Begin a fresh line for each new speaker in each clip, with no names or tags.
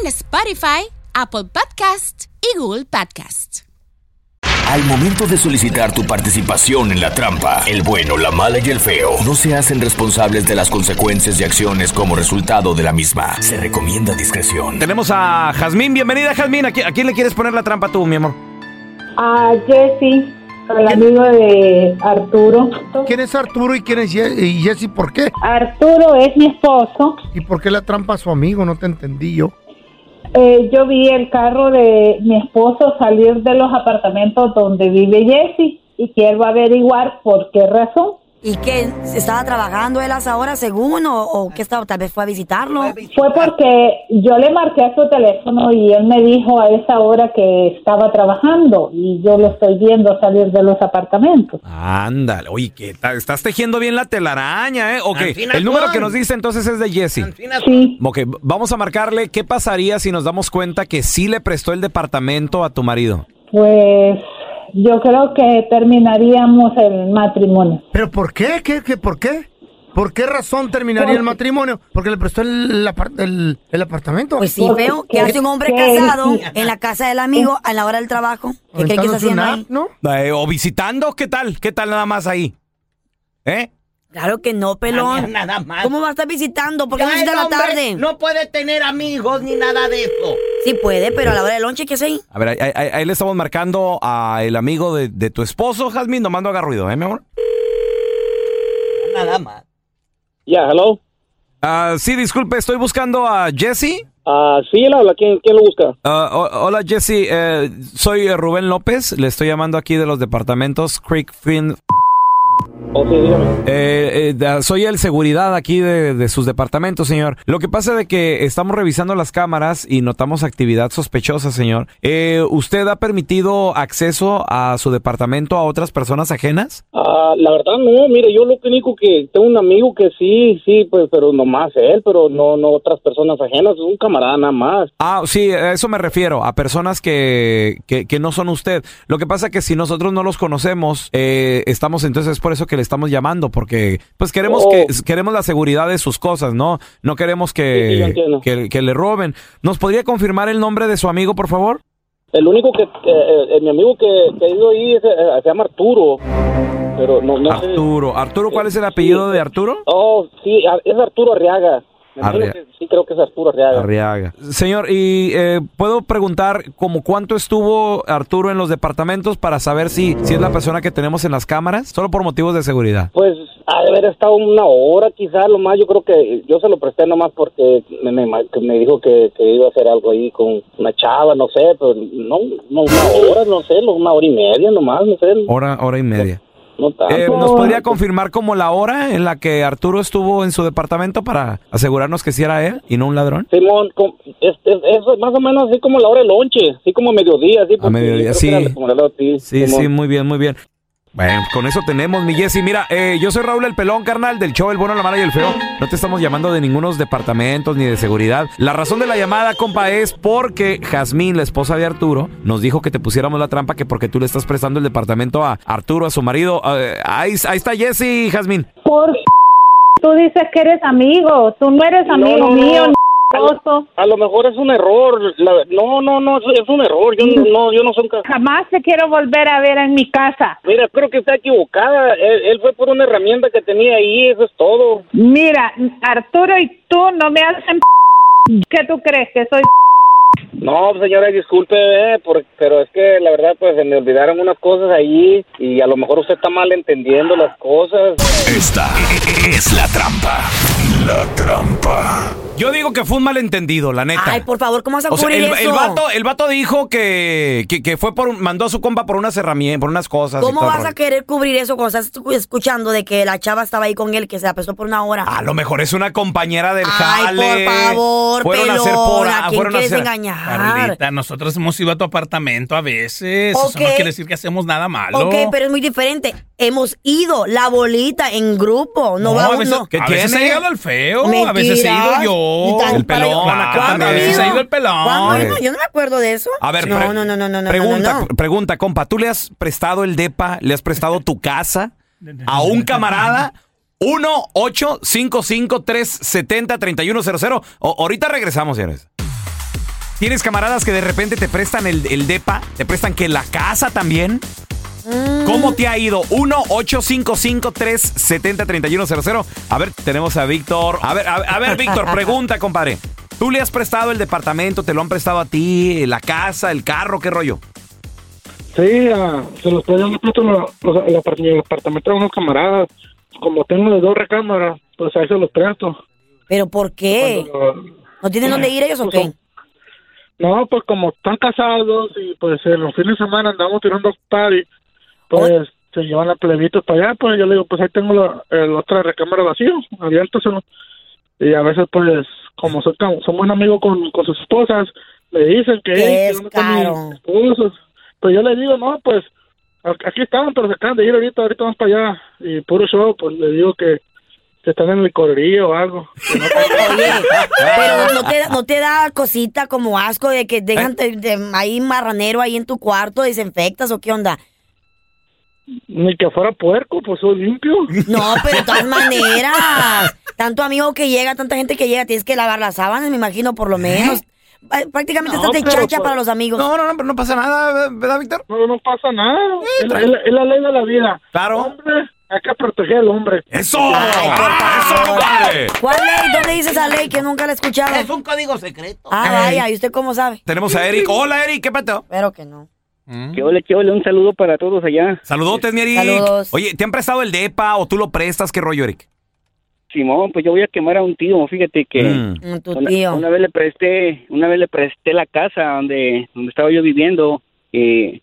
en Spotify, Apple Podcast y Google Podcast.
Al momento de solicitar tu participación en la trampa, el bueno, la mala y el feo no se hacen responsables de las consecuencias y acciones como resultado de la misma. Se recomienda discreción.
Tenemos a Jazmín. Bienvenida, Jazmín. ¿A qui- a quién le quieres poner la trampa tú, mi amor?
A Ah, Jesse, el amigo de Arturo.
¿Quién es Arturo y quién es Ye- y Jesse? ¿Por qué?
Arturo es mi esposo.
¿Y por qué la trampa a su amigo? No te entendí yo.
Eh, yo vi el carro de mi esposo salir de los apartamentos donde vive Jesse y quiero averiguar por qué razón.
¿Y qué? ¿Se ¿Estaba trabajando él a esa hora según? ¿O, o qué estaba? Tal vez fue a visitarlo.
Fue porque yo le marqué a su teléfono y él me dijo a esa hora que estaba trabajando y yo lo estoy viendo salir de los apartamentos.
Ándale. Oye, que ta- estás tejiendo bien la telaraña, ¿eh? Ok,
Anfina,
el número
Juan.
que nos dice entonces es de Jesse.
Sí,
Ok, v- vamos a marcarle qué pasaría si nos damos cuenta que sí le prestó el departamento a tu marido.
pues yo creo que terminaríamos el matrimonio.
¿Pero por qué? ¿Qué, qué por qué? ¿Por qué razón terminaría el matrimonio? ¿Porque le prestó el, apar- el- el apartamento?
Pues sí, veo que hace un hombre casado en la casa del amigo a la hora del trabajo. ¿Qué cree que está
Aventándose un
haciendo
nap,
ahí?
¿no?
Eh, o visitando, ¿qué tal? ¿Qué tal nada más ahí? ¿Eh?
Claro que no, pelón.
Nada más.
¿Cómo va a estar visitando? ¿Por qué no
Ya
visita
el
a la
hombre
tarde?
No puede tener amigos ni nada de eso.
Sí puede, pero a la hora del lonche, ¿qué es ahí?
A ver, ahí, ahí- ahí le estamos marcando al amigo de, de tu esposo, Jazmín. Nomás no haga ruido, ¿eh, mi amor?
Nada más.
Ya, hello.
Ah, sí, disculpe, estoy buscando a Jesse.
Ah, sí, él habla. ¿Quién, quién lo busca?
Ah, ho- hola Jesse, Eh, soy eh, Rubén López, le estoy llamando aquí de los departamentos Creekfin.
Oh, sí, dígame.
Eh, eh, da- soy el seguridad aquí de, de sus departamentos, señor. Lo que pasa de que estamos revisando las cámaras y notamos actividad sospechosa, señor. Eh, ¿Usted ha permitido acceso a su departamento a otras personas ajenas?
Ah, la verdad, no. Mire, yo lo único que tengo un amigo que sí, sí, pues, pero nomás él, pero no, no otras personas ajenas. Un camarada nada más.
Ah, sí, a eso me refiero, a personas que, que, que no son usted. Lo que pasa que si nosotros no los conocemos, eh, estamos entonces es por eso que le estamos llamando, porque pues queremos
Oh.
que queremos la seguridad de sus cosas, ¿no? No queremos
Sí, sí, yo
que,
entiendo.
que, que le roben. ¿Nos podría confirmar el nombre de su amigo, por favor?
El único que, eh, eh, eh, mi amigo que, que ha ido ahí es, eh, se llama Arturo. Pero no, no sé.
Arturo. Arturo, ¿cuál es el
Sí.
apellido de Arturo?
Oh, sí, a- es Arturo Arriaga. Me imagino
Arria-
que sí, creo que es Arturo Arriaga.
Arriaga. Señor, y eh, puedo preguntar como cuánto estuvo Arturo en los departamentos para saber si, si es la persona que tenemos en las cámaras, solo por motivos de seguridad.
Pues ha de haber estado una hora quizás, lo más yo creo que yo se lo presté nomás porque me, me- que me dijo que, que iba a hacer algo ahí con una chava, no sé, pero no, no una hora, no sé, lo- una hora y media nomás, no sé,
Hora, hora y media.
no tanto.
Eh, ¿Nos podría confirmar como la hora en la que Arturo estuvo en su departamento para asegurarnos que sí era él y no un ladrón?
Simón, com- es, es, es más o menos así como la hora de lonche, así como mediodía, así. porque
mediodía,
yo creo
sí.
que era como la hora de ti,
Sí,
Simón.
sí, muy bien, muy bien. Bueno, con eso tenemos, mi Jessy. Mira, eh, yo soy Raúl El Pelón, carnal, del show El Bueno, la Mala y el Feo. No te estamos llamando de ningunos departamentos ni de seguridad. La razón de la llamada, compa, es porque Jazmín, la esposa de Arturo, nos dijo que te pusiéramos la trampa que porque tú le estás prestando el departamento a Arturo, a su marido. Eh, ahí, ahí está Jessy, Jazmín.
Por tú dices que eres amigo, tú no eres
No,
amigo
no, no.
mío, ni
Algo-
esposo.
A lo mejor es un error, la- no, no, no, es, es un error, yo no, no, yo no soy un ca-
Jamás te quiero volver a ver en mi casa.
Mira, creo que está equivocada. Él, él fue por una herramienta que tenía ahí, eso es todo.
Mira, Arturo y tú no me hacen ¿Qué tú crees? ¿Que soy
No, señora, disculpe, eh, por- pero es que la verdad, pues se me olvidaron unas cosas ahí y a lo mejor usted está mal entendiendo las cosas.
Esta es la trampa. La trampa.
Yo digo que fue un malentendido, la neta.
Ay, por favor, ¿cómo vas a
O sea,
cubrir
el,
eso?
el vato, el vato dijo que, que, que fue por un- mandó a su compa por unas herramientas, por unas cosas. y
¿Cómo
todo el
vas a
rollo.
querer cubrir eso cuando estás escu- escuchando de que la chava estaba ahí con él, que se la pesó por una hora?
A lo mejor es una compañera del
Ay, por
jale.
favor,
fueron a hacer
pelón,
por
¿a quién
fueron a
quieres
hacer-
engañar?
Carlita, nosotros hemos ido a tu apartamento a veces. Eso no
Ok.
quiere decir que hacemos nada malo.
Ok, pero es muy diferente. Hemos ido la bolita en grupo. No,
a
vamos,
veces,
no.
¿Qué
a veces
tiene?
he llegado el feo, a
Mentiras.
veces he ido yo.
Y tan
El pelón,
para-
acá
¿Cuándo
también.
ha
Se
ido?
ha
ido el pelón.
¿Cuándo? No, Yo no me acuerdo de eso.
A ver,
no,
pre-
no, no, no, no, no,
pregunta,
no, no.
pr- pregunta, compa, ¿tú le has prestado el depa, le has prestado tu casa a un camarada? 1 855 370 3100 Ahorita regresamos, señores. ¿Tienes camaradas que de repente te prestan el, el depa? ¿Te prestan que la casa también? ¿Cómo te ha ido? 1-855-370-3100. A ver, tenemos a Víctor. A ver, a, a ver, Víctor, pregunta, compadre. ¿Tú le has prestado el departamento? ¿Te lo han prestado a ti? ¿La casa? ¿El carro? ¿Qué rollo?
Sí, ah, se los pedí un poquito el apartamento de unos camaradas. Como tengo de dos recámaras, pues ahí se los presto.
¿Pero por qué?
Cuando-
¿No tienen dónde ir ellos o
Pues,
qué?
No, pues como están casados y pues en los fines de semana andamos tirando party, pues
Oye.
se llevan a plebitos para allá, pues yo le digo, pues ahí tengo la, el otra recámara vacío, aviéntaselo. Y a veces pues como soy, tan- son buen amigo con, con sus esposas, me dicen que
Qué
"Ey, ¿qué onda con
descaro.
mis esposos?". Pues yo le digo, no, pues a- aquí estaban, pero se acaban de ir ahorita, ahorita vamos para allá. Y puro show, pues le digo que, que están en el correrío o algo. que no
Oye, pero no te, no te da cosita como asco de que dejan
Eh.
te- de- ahí marranero ahí en tu cuarto, desinfectas o qué onda.
Ni que fuera puerco, pues soy limpio.
No, pero de todas maneras, tanto amigo que llega, tanta gente que llega, tienes que lavar las sábanas, me imagino,
¿Eh?
por lo menos. Pa- Prácticamente
No,
estás de
pero
chacha
pues-
para los amigos.
No, no, no, pero no pasa nada, ¿verdad, Víctor?
No, no pasa nada. Es la, es la- es la ley de la vida.
Claro.
Hombre, hay que proteger al hombre.
¡Eso! ¡Ah,
Ay, por
¡Eso,
favor.
compadre!
¿Cuál ley? ¿Dónde dice esa ley que nunca la he escuchado?
Es un código secreto.
Ah, vaya, ¿y usted cómo sabe?
Tenemos a Eric. Hola, Eric, ¿qué pato?
Pero que no.
Que ole, que ole, un saludo para todos allá.
Saludotes, mi Eric.
Saludos.
Oye, ¿te han prestado el depa o tú lo prestas? ¿Qué rollo, Eric?
Simón, pues yo voy a quemar a un tío, fíjate que
Mm.
Mm, Tu
una,
tío.
una vez le presté, una vez le presté la casa donde, donde estaba yo viviendo y,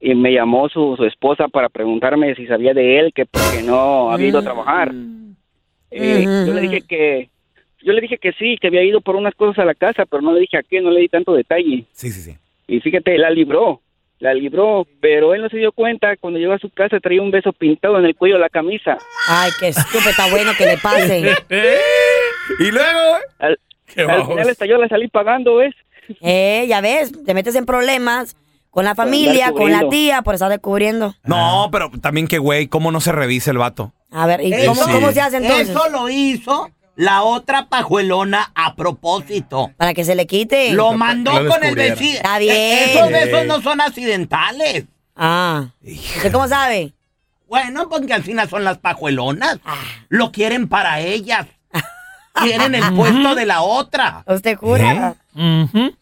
y me llamó su, su esposa para preguntarme si sabía de él, que porque no había ido a trabajar.
Mm.
Eh,
Ujú,
yo le
ujú.
dije que yo le dije que sí, que había ido por unas cosas a la casa, pero no le dije a qué, no le di tanto detalle.
Sí, sí, sí.
Y fíjate, la libró, la libró, pero él no se dio cuenta, cuando llegó a su casa traía un beso pintado en el cuello de la camisa.
Ay, qué estúpido, está bueno que le pase.
Y luego,
Al,
Qué
al
bajos.
final hasta yo la salí pagando, ¿ves?
Eh, ya ves, te metes en problemas con la
Por andar
familia, con la
cubriendo.
tía, por estar descubriendo.
No, pero también qué güey, cómo no se revisa el vato.
A ver, ¿y
Eso-
cómo,
sí.
cómo se hace entonces?
Eso lo hizo la otra pajuelona a propósito.
Para que se le quite.
Lo mandó
lo
con el
descubrieron.
vecino.
Está bien.
Eh, Esos
Sí.
besos no son accidentales.
Ah. ¿Usted cómo sabe?
Bueno, pues porque así no son las pajuelonas. Lo quieren para ellas. Quieren el puesto de la otra.
Pues
¿Eh?
¿Usted jura?
Ujú.